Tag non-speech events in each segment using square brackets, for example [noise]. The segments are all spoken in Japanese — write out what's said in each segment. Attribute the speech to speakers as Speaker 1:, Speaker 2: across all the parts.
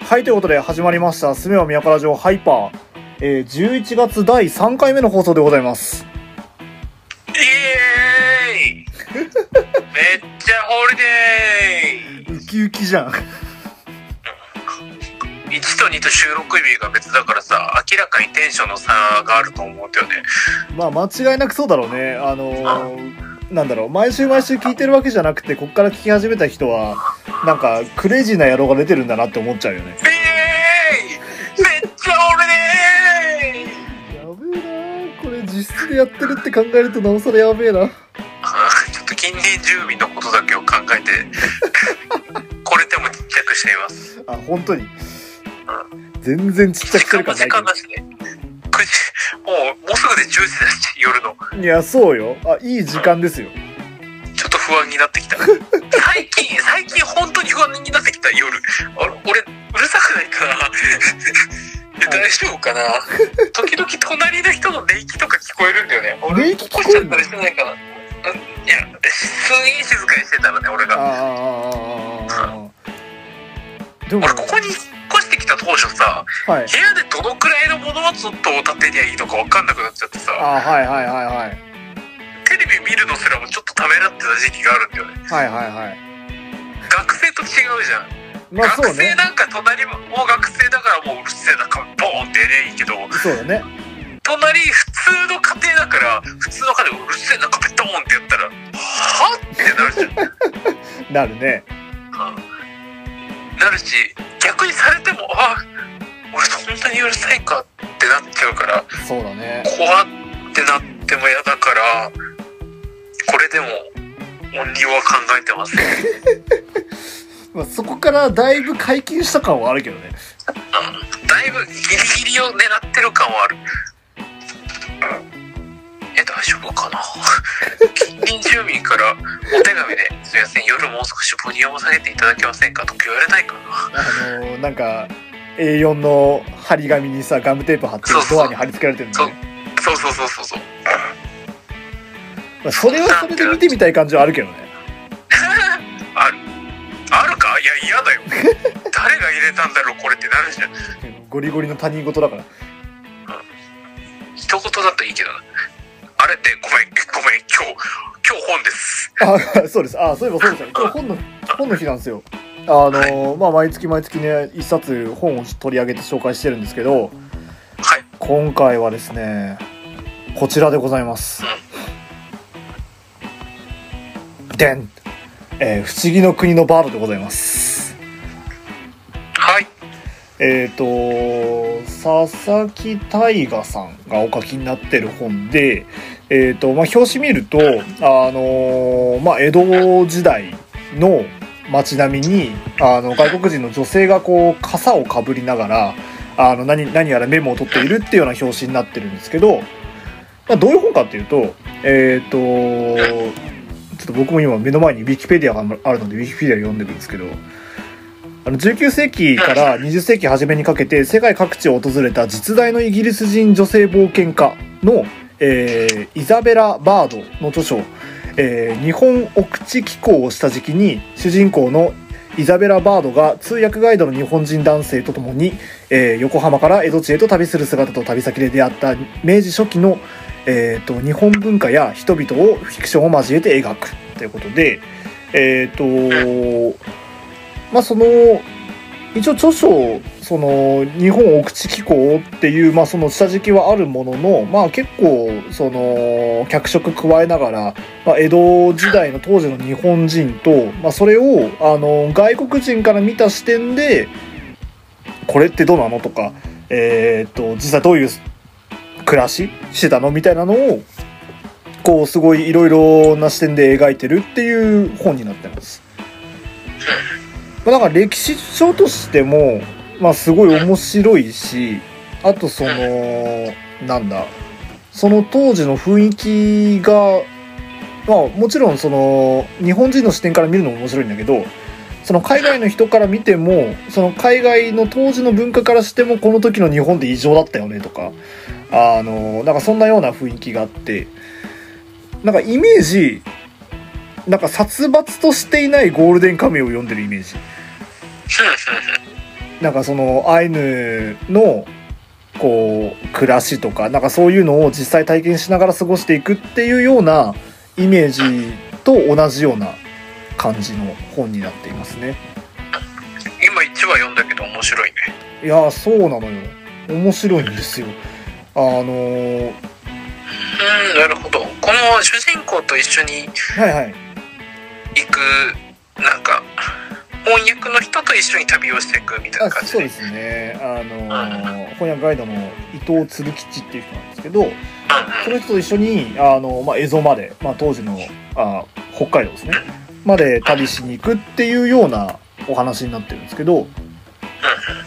Speaker 1: はい、ということで始まりました、すめは宮から城ハイパー、えー、11月第3回目の放送でございます。
Speaker 2: イエーイめっちゃホリデ
Speaker 1: ウキウキじゃん。
Speaker 2: ーイ1と2と収録日が別だからさ明らかにテンションの差があると思うんだよね
Speaker 1: [laughs] まあ、間違いなくそうだろうね。あのー、なんだろう、毎週毎週聞いてるわけじゃなくて、こっから聞き始めた人は、なんか、クレイジーな野郎が出てるんだなって思っちゃうよね。
Speaker 2: イエーイめっちゃホリデーイ
Speaker 1: やべ
Speaker 2: [laughs]
Speaker 1: えなこれ実質でやってるって考えると、なおさらやべえな。
Speaker 2: あーちょっと近隣住民のことだけを考えてこれでもちっちゃくしています
Speaker 1: あ、本当に。全然ちっちゃく
Speaker 2: 時
Speaker 1: してる
Speaker 2: 間
Speaker 1: 感
Speaker 2: も
Speaker 1: な
Speaker 2: 時
Speaker 1: いけ
Speaker 2: 間だしね9時もうもうすぐで10時だし夜の
Speaker 1: ど。いや、そうよ。あ、いい時間ですよ。
Speaker 2: ちょっと不安になってきた最近最近本当に不安になってきた夜あれ俺うるさくないかないや大丈夫かな時々隣の人の寝息とか聞こえるんだよね俺
Speaker 1: 寝
Speaker 2: 起
Speaker 1: 息聞こ
Speaker 2: こ
Speaker 1: え
Speaker 2: しちゃ
Speaker 1: る
Speaker 2: っ
Speaker 1: の
Speaker 2: たりしてないかなうんいやすげえ静かにしてたらね俺
Speaker 1: あーあー
Speaker 2: が
Speaker 1: あーあーあー。でも
Speaker 2: 俺、ここに引っ越してきた当初さ
Speaker 1: はい。
Speaker 2: 部屋でどのくらいのものをずっと立てりゃいいのか分かんなくなっちゃってさ
Speaker 1: あーはいはいはいはい。
Speaker 2: テレビ見るのすらもちょっとためらってた時期があるんだよね
Speaker 1: はいはいはい。
Speaker 2: 学生と違うじゃん
Speaker 1: まあそ
Speaker 2: 学
Speaker 1: う
Speaker 2: 生
Speaker 1: ね。
Speaker 2: なんか隣ももう学生だからもううるせえだからボーンってやりゃいいけど
Speaker 1: そうだね。
Speaker 2: 隣普通の家庭だから普通の家庭うるせえなんかベトーンってやったらはぁってなるじゃん
Speaker 1: なるね。
Speaker 2: なるし逆にされてもあ俺そんなにうるさいかってなっちゃうから
Speaker 1: そうだね。
Speaker 2: 怖ってなっても嫌だからこれでも音量は考えてますん
Speaker 1: まあ、そこからだいぶ解禁した感はあるけどね。
Speaker 2: だいぶギリギリを狙ってる感はあるえ大丈夫かな [laughs] 近隣住民からお手紙で「すいません夜もう少しボリュームを下げていただけませんか?」とか言われないかな
Speaker 1: あのーなんか、A4 の張り紙にさ、ガムテープ貼って
Speaker 2: そうそう
Speaker 1: ドアに貼り付けられてるんだよね。
Speaker 2: そうそうそうそうそう
Speaker 1: まあ、それはそれで見てみたい感じはあるけどね。
Speaker 2: [laughs] あるあるかいや嫌だよ [laughs] 誰が入れたんだろうこれってなるじゃん
Speaker 1: ゴリゴリの他人事だから。
Speaker 2: 一言だといいけどなあれってごめんごめん今日今日本です
Speaker 1: あ、そうです。あ、そういえばそうですよ。今日本の、本の日なんですよ。あのーまあ、毎月毎月ね、一冊本を取り上げて紹介してるんですけど、
Speaker 2: はい
Speaker 1: 今回はですねこちらでございますでん、えー不思議の国のバード」でございます
Speaker 2: はい
Speaker 1: えっ、と佐々木大河さんがお書きになってる本でえっ、とまあ表紙見るとあのーまあ江戸時代の街並みにあの外国人の女性がこう傘をかぶりながらあの何何やらメモを取っているっていうような表紙になってるんですけど、まあ、どういう本かっていうとえっ、とちょっと僕も今目の前にウィキペディアがあるのでウィキペディア読んでるんですけどあの19世紀から20世紀初めにかけて世界各地を訪れた実在のイギリス人女性冒険家の、えーイザベラ・バードの著書「えー日本奥地紀行」をした時期に主人公のイザベラ・バードが通訳ガイドの日本人男性と共に、えー横浜から江戸地へと旅する姿と旅先で出会った明治初期の、えー、と日本文化や人々をフィクションを交えて描くということで、えーとまあ、その一応著書その日本奥地紀行っていう、まあ、その下敷きはあるものの、まあ、結構その脚色加えながら、まあ、江戸時代の当時の日本人と、まあ、それをあの外国人から見た視点でこれってどうなのとか、えーっと実際どういう暮らししてたのみたいなのをこうすごいいろいろな視点で描いてるっていう本になってます。まあ、だから歴史書としても、まあ、すごい面白いしあとそのなんだその当時の雰囲気が、まあ、もちろんその日本人の視点から見るのも面白いんだけどその海外の人から見てもその海外の当時の文化からしてもこの時の日本で異常だったよねとかあのなんかそんなような雰囲気があってなんかイメージなんか殺伐としていないゴールデンカメを読んでるイメージ。
Speaker 2: うんうんうん
Speaker 1: なんかそのアイヌのこう暮らしとかなんかそういうのを実際体験しながら過ごしていくっていうようなイメージと同じような感じの本になっていますね。
Speaker 2: [laughs] 今1話読んだけど面白いね
Speaker 1: いやーそうなのよ面白いんですよ。あのー
Speaker 2: うんなるほどこの主人公と一緒に
Speaker 1: はいはい
Speaker 2: 行くなんか翻訳の人と一緒に旅をしていくみたいな
Speaker 1: あ
Speaker 2: 感じ
Speaker 1: そう
Speaker 2: で
Speaker 1: ですねあのー翻訳ガイドの伊藤鶴吉っていう人なんですけどその人と一緒にあの、まあ、蝦夷まで、まあ、当時のあ北海道ですねまで旅しに行くっていうようなお話になってるんですけど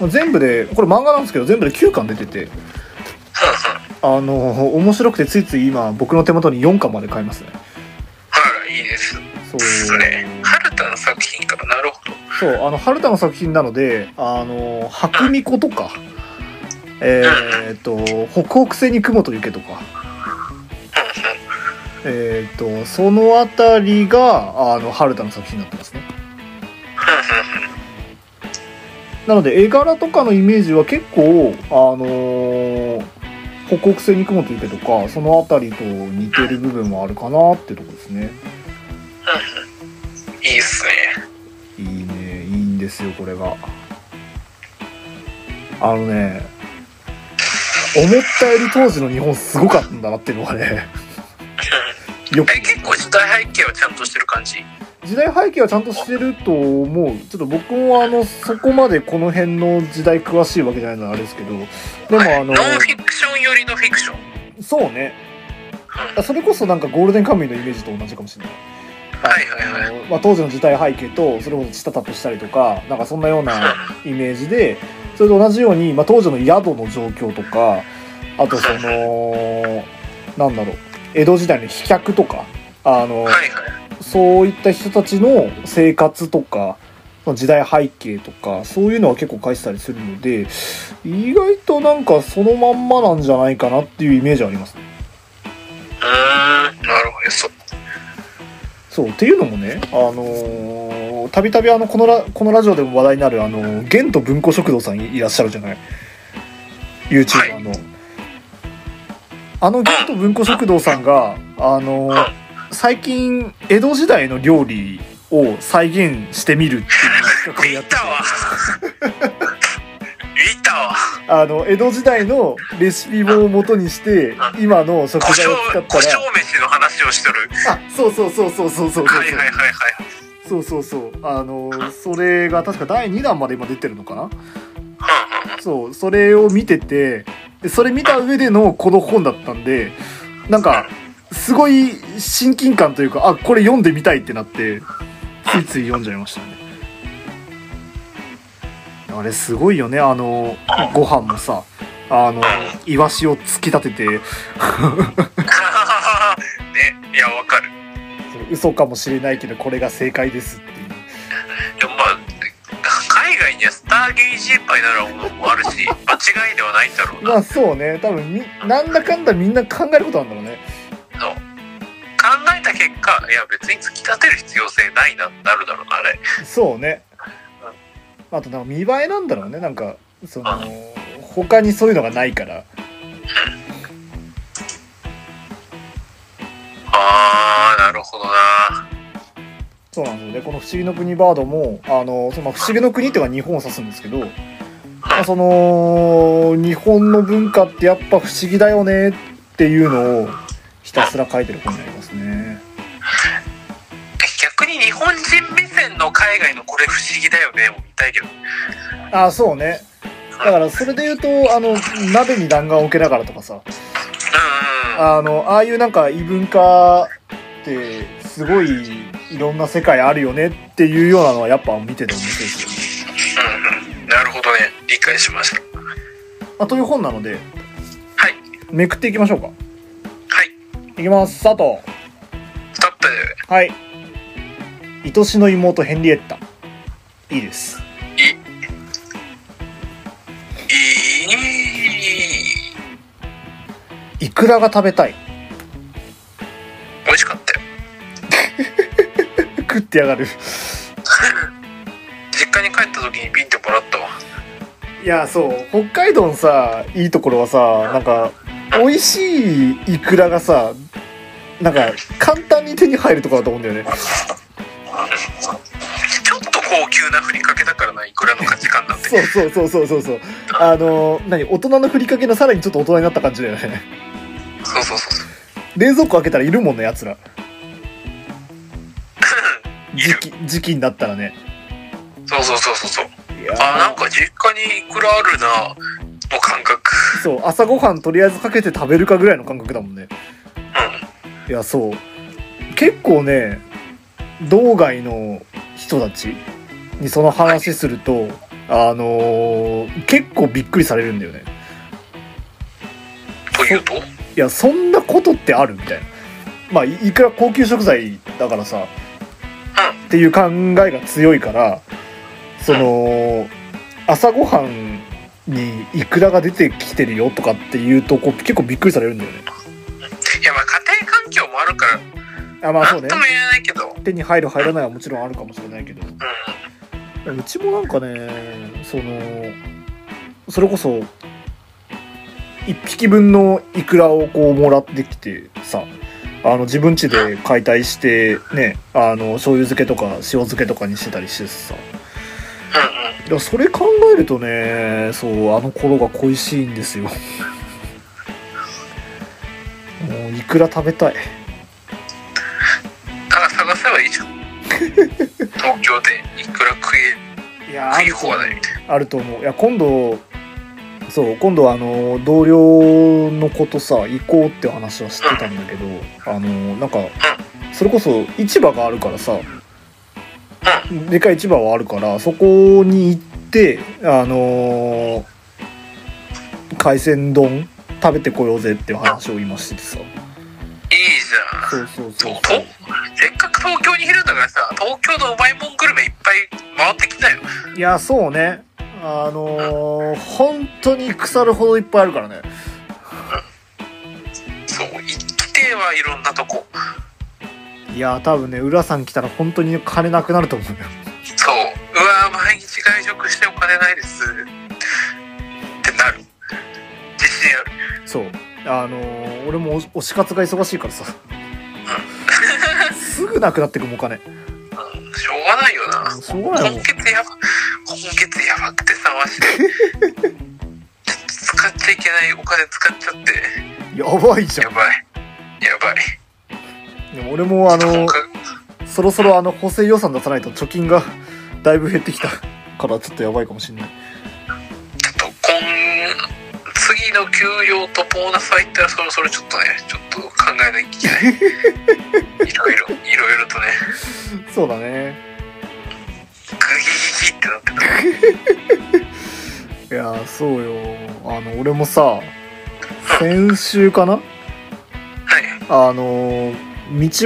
Speaker 1: 全部でこれ漫画なんですけど全部で9巻出ててあのー面白くてついつい今僕の手元に4巻まで買いますね
Speaker 2: はいいいです
Speaker 1: そう
Speaker 2: ですね春田の作品からなるほど
Speaker 1: そうあの春田の作品なのであの白巫女とかえーっと北北西に雲と雪とかえーっとその辺りがあの春田の作品になってますねなので絵柄とかのイメージは結構あのー北北西に雲と雪とかその辺りと似てる部分はあるかなってとこですね
Speaker 2: いいっすね
Speaker 1: いいねいいんですよこれがあのね思ったより当時の日本すごかったんだなっていうのが
Speaker 2: [laughs]
Speaker 1: ねよ
Speaker 2: え結構時代背景はちゃんとしてる感じ
Speaker 1: 時代背景はちゃんとしてると思うちょっと僕もあのそこまでこの辺の時代詳しいわけじゃないのであれですけどでもあの
Speaker 2: ノンフィクション寄りのフィクション
Speaker 1: そうねそれこそなんかゴールデンカムイのイメージと同じかもしれない
Speaker 2: はいはいはい
Speaker 1: あのまあ、当時の時代背景とそれこそチタタプしたりとかなんかそんなようなイメージでそれと同じように、まあ、当時の宿の状況とかあとそのなんだろう江戸時代の飛脚とかあの、
Speaker 2: はいはい
Speaker 1: そういった人たちの生活とか時代背景とかそういうのは結構書いてたりするので意外となんかそのまんまなんじゃないかなっていうイメージはあります
Speaker 2: うーんなるほどそう
Speaker 1: そうっていうのもねあのーたびたびあのこのラこのラジオでも話題になるあのー玄都文庫食堂さんいいらっしゃるじゃない YouTuber の、あの玄都文庫食堂さんがあのー最近江戸時代の料理を再現してみるっていう企画をや
Speaker 2: 見
Speaker 1: ってて [laughs]
Speaker 2: たわ見たわ
Speaker 1: あの江戸時代のレシピ本を元にして今の食
Speaker 2: 胡
Speaker 1: 材
Speaker 2: 椒
Speaker 1: を使っ
Speaker 2: 胡
Speaker 1: た
Speaker 2: 椒
Speaker 1: ら
Speaker 2: 飯の話をしとる
Speaker 1: あそうそうそうそうそうそうそう
Speaker 2: はいはいはいはい
Speaker 1: そうそうそうあのそれが確か第2弾まで今出てるのかな
Speaker 2: うんうん
Speaker 1: そうそれを見ててでそれ見た上でのこの本だったんでなんかすごい親近感というかあこれ読んでみたいってなってついつい読んじゃいましたねあれすごいよねあのご飯もさあのイワシを突き立てて
Speaker 2: [laughs] ね、いや、わかる。
Speaker 1: 嘘かもしれないけどこれが正解ですっていう
Speaker 2: いや、まあ、海外にはスターゲージいっぱいならもあるし、間違いではないんだろうな。
Speaker 1: まあそうね多分みなんだかんだみんな考えることなんだろうね
Speaker 2: そう考えた結果、いや、別に突き立てる必要性ないな、なるだろうな、あれ。
Speaker 1: そうねあとなんか見栄えなんだろうねなんかその他にそういうのがないから
Speaker 2: あー、なるほどな。
Speaker 1: そうなんですよねこの「不思議の国バードも」あのそのまあ不思議の国」っていうのは日本を指すんですけど、まあその日本の文化ってやっぱ不思議だよねっていうのをひたすら書いてる本になりますね
Speaker 2: 逆に日本人目線の海外のこれ不思議だよね、も見たいけど。
Speaker 1: ああそうねだからそれで言うとあの鍋に弾丸を置けながらとかさ
Speaker 2: うんうん。
Speaker 1: あの、ああいうなんか異文化って、すごいいろんな世界あるよねっていうようなのはやっぱ見てて面白いですよね。
Speaker 2: うんうん。なるほどね。理解しまし
Speaker 1: ま
Speaker 2: た。
Speaker 1: あ、という本なので、
Speaker 2: はい。
Speaker 1: めくっていきましょうか。
Speaker 2: はい。
Speaker 1: いきます。佐藤。
Speaker 2: ストップ。
Speaker 1: はい。愛しの妹ヘンリエッタ。いいです。
Speaker 2: いい。いい。
Speaker 1: イクラが食べたい。
Speaker 2: 美味しかったよ
Speaker 1: 食ってやがる。
Speaker 2: [laughs] 実家に帰った時にビンってもらったわ
Speaker 1: いやそう北海道のさいいところはさなんか美味しいイクラがさなんか簡単に手に入るところだと思うんだよね
Speaker 2: ちょっと高級なふりかけだからな、いくらの価値観なんて。
Speaker 1: そうそうそうそうそうそうあの何大人のふりかけのさらにちょっと大人になった感じだよね [laughs]
Speaker 2: そうそうそうそう。 [laughs]
Speaker 1: 冷蔵庫開けたらいるもんねやつら
Speaker 2: いる
Speaker 1: 時期時期になったらね
Speaker 2: そうそうそうそうそう。
Speaker 1: いやー
Speaker 2: あ、なんか実家にいくらあるな、の感覚。
Speaker 1: そう朝ごはんとりあえずかけて食べるかぐらいの感覚だもんね
Speaker 2: うん。
Speaker 1: いやそう結構ね道外の人たちにその話すると、あのー結構びっくりされるんだよね
Speaker 2: というと
Speaker 1: いやそんなことってあるみたいなまあいいくら高級食材だからさ、
Speaker 2: う
Speaker 1: っていう考えが強いからその、朝ごはんにイクラが出てきてるよとかっていうとこ結構びっくりされるんだよね
Speaker 2: いや、まあ家庭環境もあるから、
Speaker 1: あまあ
Speaker 2: な
Speaker 1: そうんね
Speaker 2: とも言えないけど。
Speaker 1: 手に入る入らないはもちろんあるかもしれないけど
Speaker 2: うん。
Speaker 1: うちもなんかねそのそれこそ1匹分のイクラをこうもらってきてさあの自分家で解体してねあの醤油漬けとか塩漬けとかにしてたりしてさ
Speaker 2: うんうん。
Speaker 1: いやそれ考えるとねそうあの頃が恋しいんですよ [laughs] もうイクラ食べたい
Speaker 2: だから探せばいいじゃん。
Speaker 1: [laughs]
Speaker 2: 東京でいくら食え、
Speaker 1: いや
Speaker 2: 食い放題みたいな。
Speaker 1: あると思ういや今度そう今度あの同僚の子とさ行こうって話はしてたんだけどあのなんかそれこそ市場があるからさでかい市場はあるからそこに行ってあの海鮮丼食べてこようぜっていう話を今しててさ
Speaker 2: いいじゃん。
Speaker 1: そうそうそう
Speaker 2: そうとせっかく東京にいるんだからさ東京のうまいもんグルメいっぱい回ってきたよ
Speaker 1: いやそうねあの本当に腐るほどいっぱいあるからね
Speaker 2: そう行きてえはいろんなとこ
Speaker 1: いや多分ね浦さん来たら本当に金なくなると思うよ
Speaker 2: そううわー毎日外食してお金ないですってなる自信ある
Speaker 1: そうあのー俺もお推し活が忙しいからさすぐなくなってくもんお金
Speaker 2: しょうがないよな
Speaker 1: しょうがないも
Speaker 2: 今
Speaker 1: ん
Speaker 2: 月やば今月やばくてさマジでちょっと使っちゃいけないお金使っちゃって
Speaker 1: やばいじゃ
Speaker 2: やばいやばい
Speaker 1: んでも俺もあの
Speaker 2: 本
Speaker 1: ー
Speaker 2: 格
Speaker 1: そろそろあの補正予算出さないと貯金が [laughs] だいぶ減ってきたからちょっとやばいかもしんない
Speaker 2: ちょっとこん次の給料とボーナス入ったらそろそろちょっとねちょっと考えなきゃいけ
Speaker 1: [laughs]
Speaker 2: ないいろいろいろいろとね
Speaker 1: そうだね
Speaker 2: グギギギってなってた
Speaker 1: いやーそうよあの俺もさ先週かな
Speaker 2: はい
Speaker 1: あのー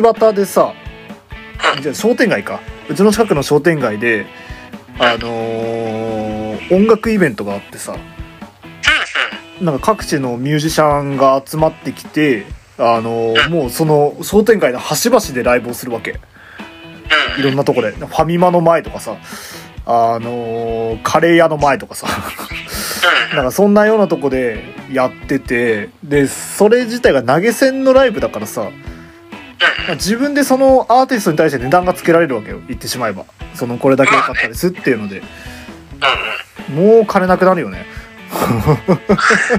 Speaker 1: 道端でさじゃあ商店街かうちの近くの商店街であのー音楽イベントがあってさなんか各地のミュージシャンが集まってきてあのーもうその商店街の端々でライブをするわけ
Speaker 2: うんうんうん
Speaker 1: いろんなとこでファミマの前とかさあのーカレー屋の前とかさなんかそんなようなとこでやっててでそれ自体が投げ銭のライブだからさ自分でそのアーティストに対して値段がつけられるわけよ言ってしまえばそのこれだけ良かったですっていうので
Speaker 2: うんうん
Speaker 1: もう金なくなるよね [laughs]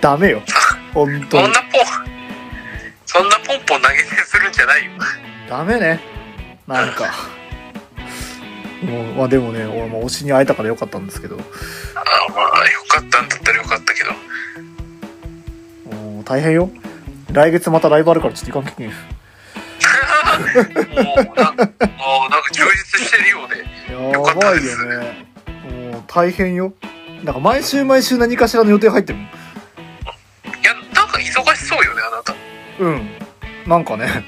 Speaker 1: ダメよ本
Speaker 2: そ
Speaker 1: 当
Speaker 2: ん
Speaker 1: に
Speaker 2: なポンそんなポンポン投げ銭するんじゃないよ
Speaker 1: ダメねなんかもうまあでもね俺も推しに会えたからよかったんですけど
Speaker 2: ああまあよかったんだったらよかったけ [laughs] ど
Speaker 1: もう大変よ来月またライブあるからちょっと行かんけんい
Speaker 2: もうなもうなんか充実してるようで
Speaker 1: やばいよねもう大変よなんか毎週毎週何かしらの予定入ってるもん
Speaker 2: いやなんか忙しそうよねあなた
Speaker 1: うんなんかね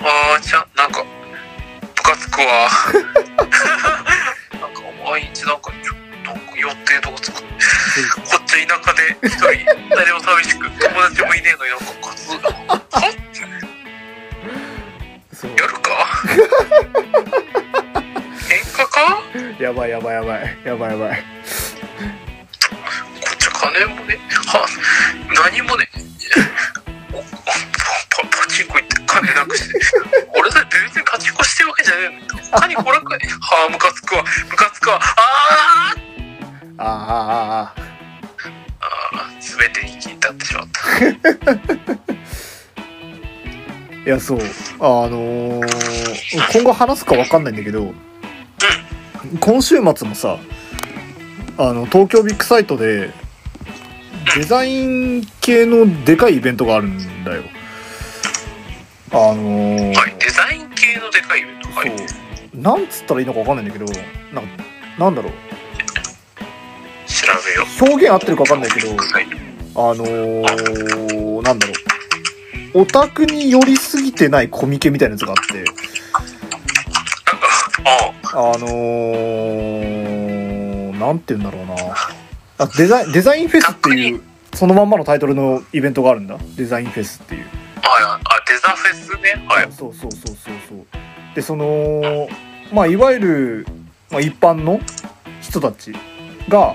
Speaker 2: あーちゃんなんかムカつくわ [laughs] なんか毎日なんかちょなんか予定とかつくこっち田舎で一人誰も寂しく友達もいねえのになんかこつは
Speaker 1: そう
Speaker 2: やるか [laughs] 喧嘩か
Speaker 1: やばいやばいやばいやばいやばい
Speaker 2: 金もね、は、何もね、おおパパパチンコ行って金な
Speaker 1: [laughs]
Speaker 2: くして、俺だって別にパチンコしてるわけじゃねえんだよ。他に娯楽
Speaker 1: [laughs]
Speaker 2: は、はあ、ムカつくわ、ムカつくわ、あー
Speaker 1: ああああ
Speaker 2: あー、すべてに至ってしまった。
Speaker 1: いやそうあのー今後話すか分かんないんだけど今週末もさあの東京ビッグサイトでデザイン系のでかいイベントがあるんだよあのー
Speaker 2: はい、デザイン系のでかいイベント。はい。
Speaker 1: そうなんつったらいいのか分かんないんだけどなんかなんだろう
Speaker 2: 調べよ
Speaker 1: 表現合ってるか分かんないけど
Speaker 2: う。はい。
Speaker 1: あのー、なんだろうオタクに寄りすぎてないコミケみたいなやつがあって
Speaker 2: なんか、ああ、
Speaker 1: あのー、なんて言うんだろうなあデザインデザインフェスっていうそのまんまのタイトルのイベントがあるんだデザインフェスっていう
Speaker 2: はい、あ、デザフェスね。はい。
Speaker 1: そうそうそうそうそうでそのまあいわゆる、まあ、一般の人たちが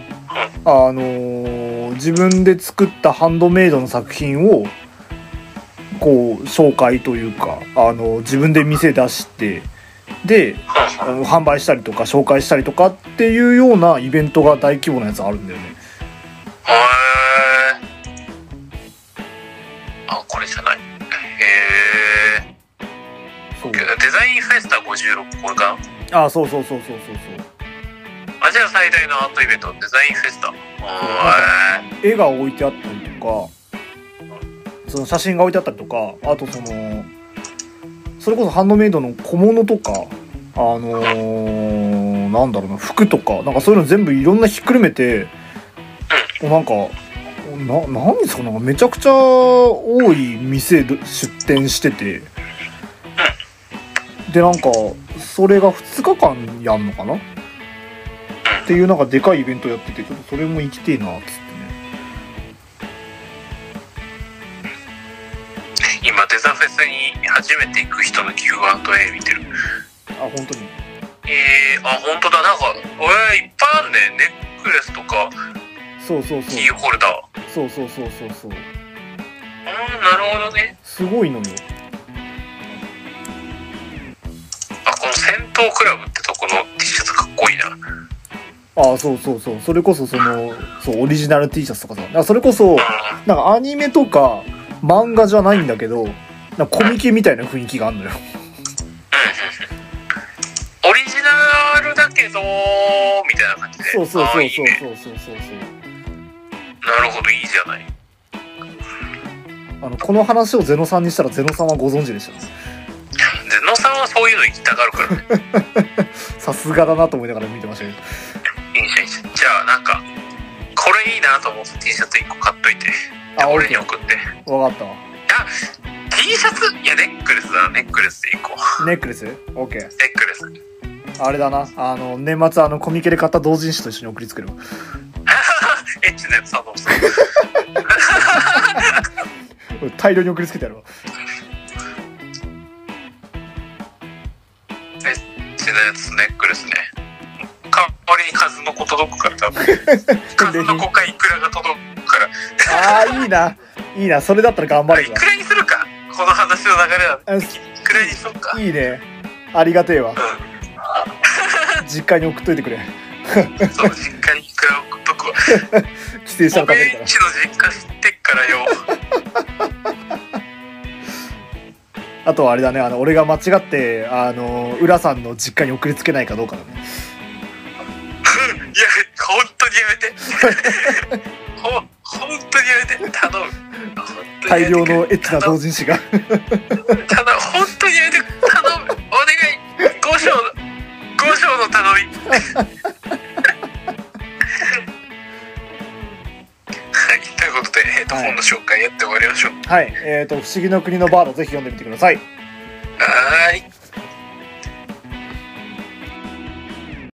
Speaker 1: あのー自分で作ったハンドメイドの作品をこう紹介というか、あの自分で店出してであの販売したりとか紹介したりとかっていうようなイベントが大規模なやつあるんだよね
Speaker 2: へえ。あ、これじゃない。へえ。
Speaker 1: そう
Speaker 2: デザインフェスタ56、これかな
Speaker 1: あそうそうそうそうそうそう
Speaker 2: アジア最大のアートイベント、デザインフェスタ。
Speaker 1: な
Speaker 2: あー
Speaker 1: 絵が置いてあったりとかその写真が置いてあったりとかあとそのそれこそハンドメイドの小物とかあのーなんだろうな服とかなんかそういうの全部いろんなひっくるめておなんかな何ですかなんかめちゃくちゃ多い店で出店しててでなんかそれが2日間やんのかなっていうなんかでかいイベントやっててちょっとそれも行きてえなっつってね
Speaker 2: 今、デザフェスに初めて行く人の Q&A 見てる。
Speaker 1: あ本当に
Speaker 2: えー、あ、本当だ。なんか、えー、いっぱいあるね。ネックレスとか、
Speaker 1: そうそうそ
Speaker 2: キーホルダー。
Speaker 1: うそうそうそうそうそう
Speaker 2: うん、なるほどね。
Speaker 1: すごいのよ
Speaker 2: あ、この戦闘クラブってとこの T シャツかっこいいな。うん。
Speaker 1: あそうそうそうそれこそそのそうオリジナル T シャツとかさなんかそれこそなんかアニメとか漫画じゃないんだけどなんかコミケみたいな雰囲気があるのよ
Speaker 2: オリジナルだけどみたいな感じで
Speaker 1: そうそう
Speaker 2: あ
Speaker 1: そう
Speaker 2: いい
Speaker 1: そう
Speaker 2: ね
Speaker 1: そうそうそう
Speaker 2: なるほどいいじゃない
Speaker 1: あのこの話をゼノさんにしたらゼノさんはご存知でした
Speaker 2: ゼノさんはそういうの行きたがるからね
Speaker 1: さすがだなと思いながら見てましたけど
Speaker 2: いいじゃんいいじゃんじゃあなんかこれいいなと思って T シャツ1個買っといてで
Speaker 1: あ
Speaker 2: 俺に送って
Speaker 1: 分かったわ
Speaker 2: T シャツいやネックレスだなネックレスで行こう
Speaker 1: ネックレス ?OK
Speaker 2: ネックレス
Speaker 1: あれだなあの年末あのコミケで買った同人誌と一緒に送りつけるわ
Speaker 2: エッチなやつ佐藤さん
Speaker 1: 俺大量に送りつけてやる [laughs] わ
Speaker 2: エッチなやつネックレスね代わりに数の子届くから多
Speaker 1: [laughs]
Speaker 2: 分数の子かいくらが届くから
Speaker 1: ああいいないいなそれだったら頑張れる
Speaker 2: いくらにするかこの話の流れは
Speaker 1: わ
Speaker 2: いくらにしとくか
Speaker 1: [laughs] あいいねありがてえわ
Speaker 2: う
Speaker 1: 実家に送っといてくれ
Speaker 2: んそう実家にいくら送っとくわ
Speaker 1: 帰省したら
Speaker 2: 僕
Speaker 1: 食べ
Speaker 2: ん
Speaker 1: る
Speaker 2: ち
Speaker 1: か
Speaker 2: の
Speaker 1: ら
Speaker 2: 実家知ってっからよ
Speaker 1: あとはあれだねあの俺が間違ってあの浦さんの実家に送りつけないかどうかだね
Speaker 2: [laughs] うんやめ本当にやめて
Speaker 1: [laughs]
Speaker 2: ほ本当にやめて頼む本当に
Speaker 1: 大
Speaker 2: やめて
Speaker 1: 量のエッチな同人誌が
Speaker 2: 頼む本当にやめて頼むお願い五章の五章の頼み [laughs] はいということで、えっと
Speaker 1: はい
Speaker 2: 本の紹介やって終わりましょう
Speaker 1: はいえっ、と「不思議の国のバード」ぜひ読んでみてください
Speaker 2: はーい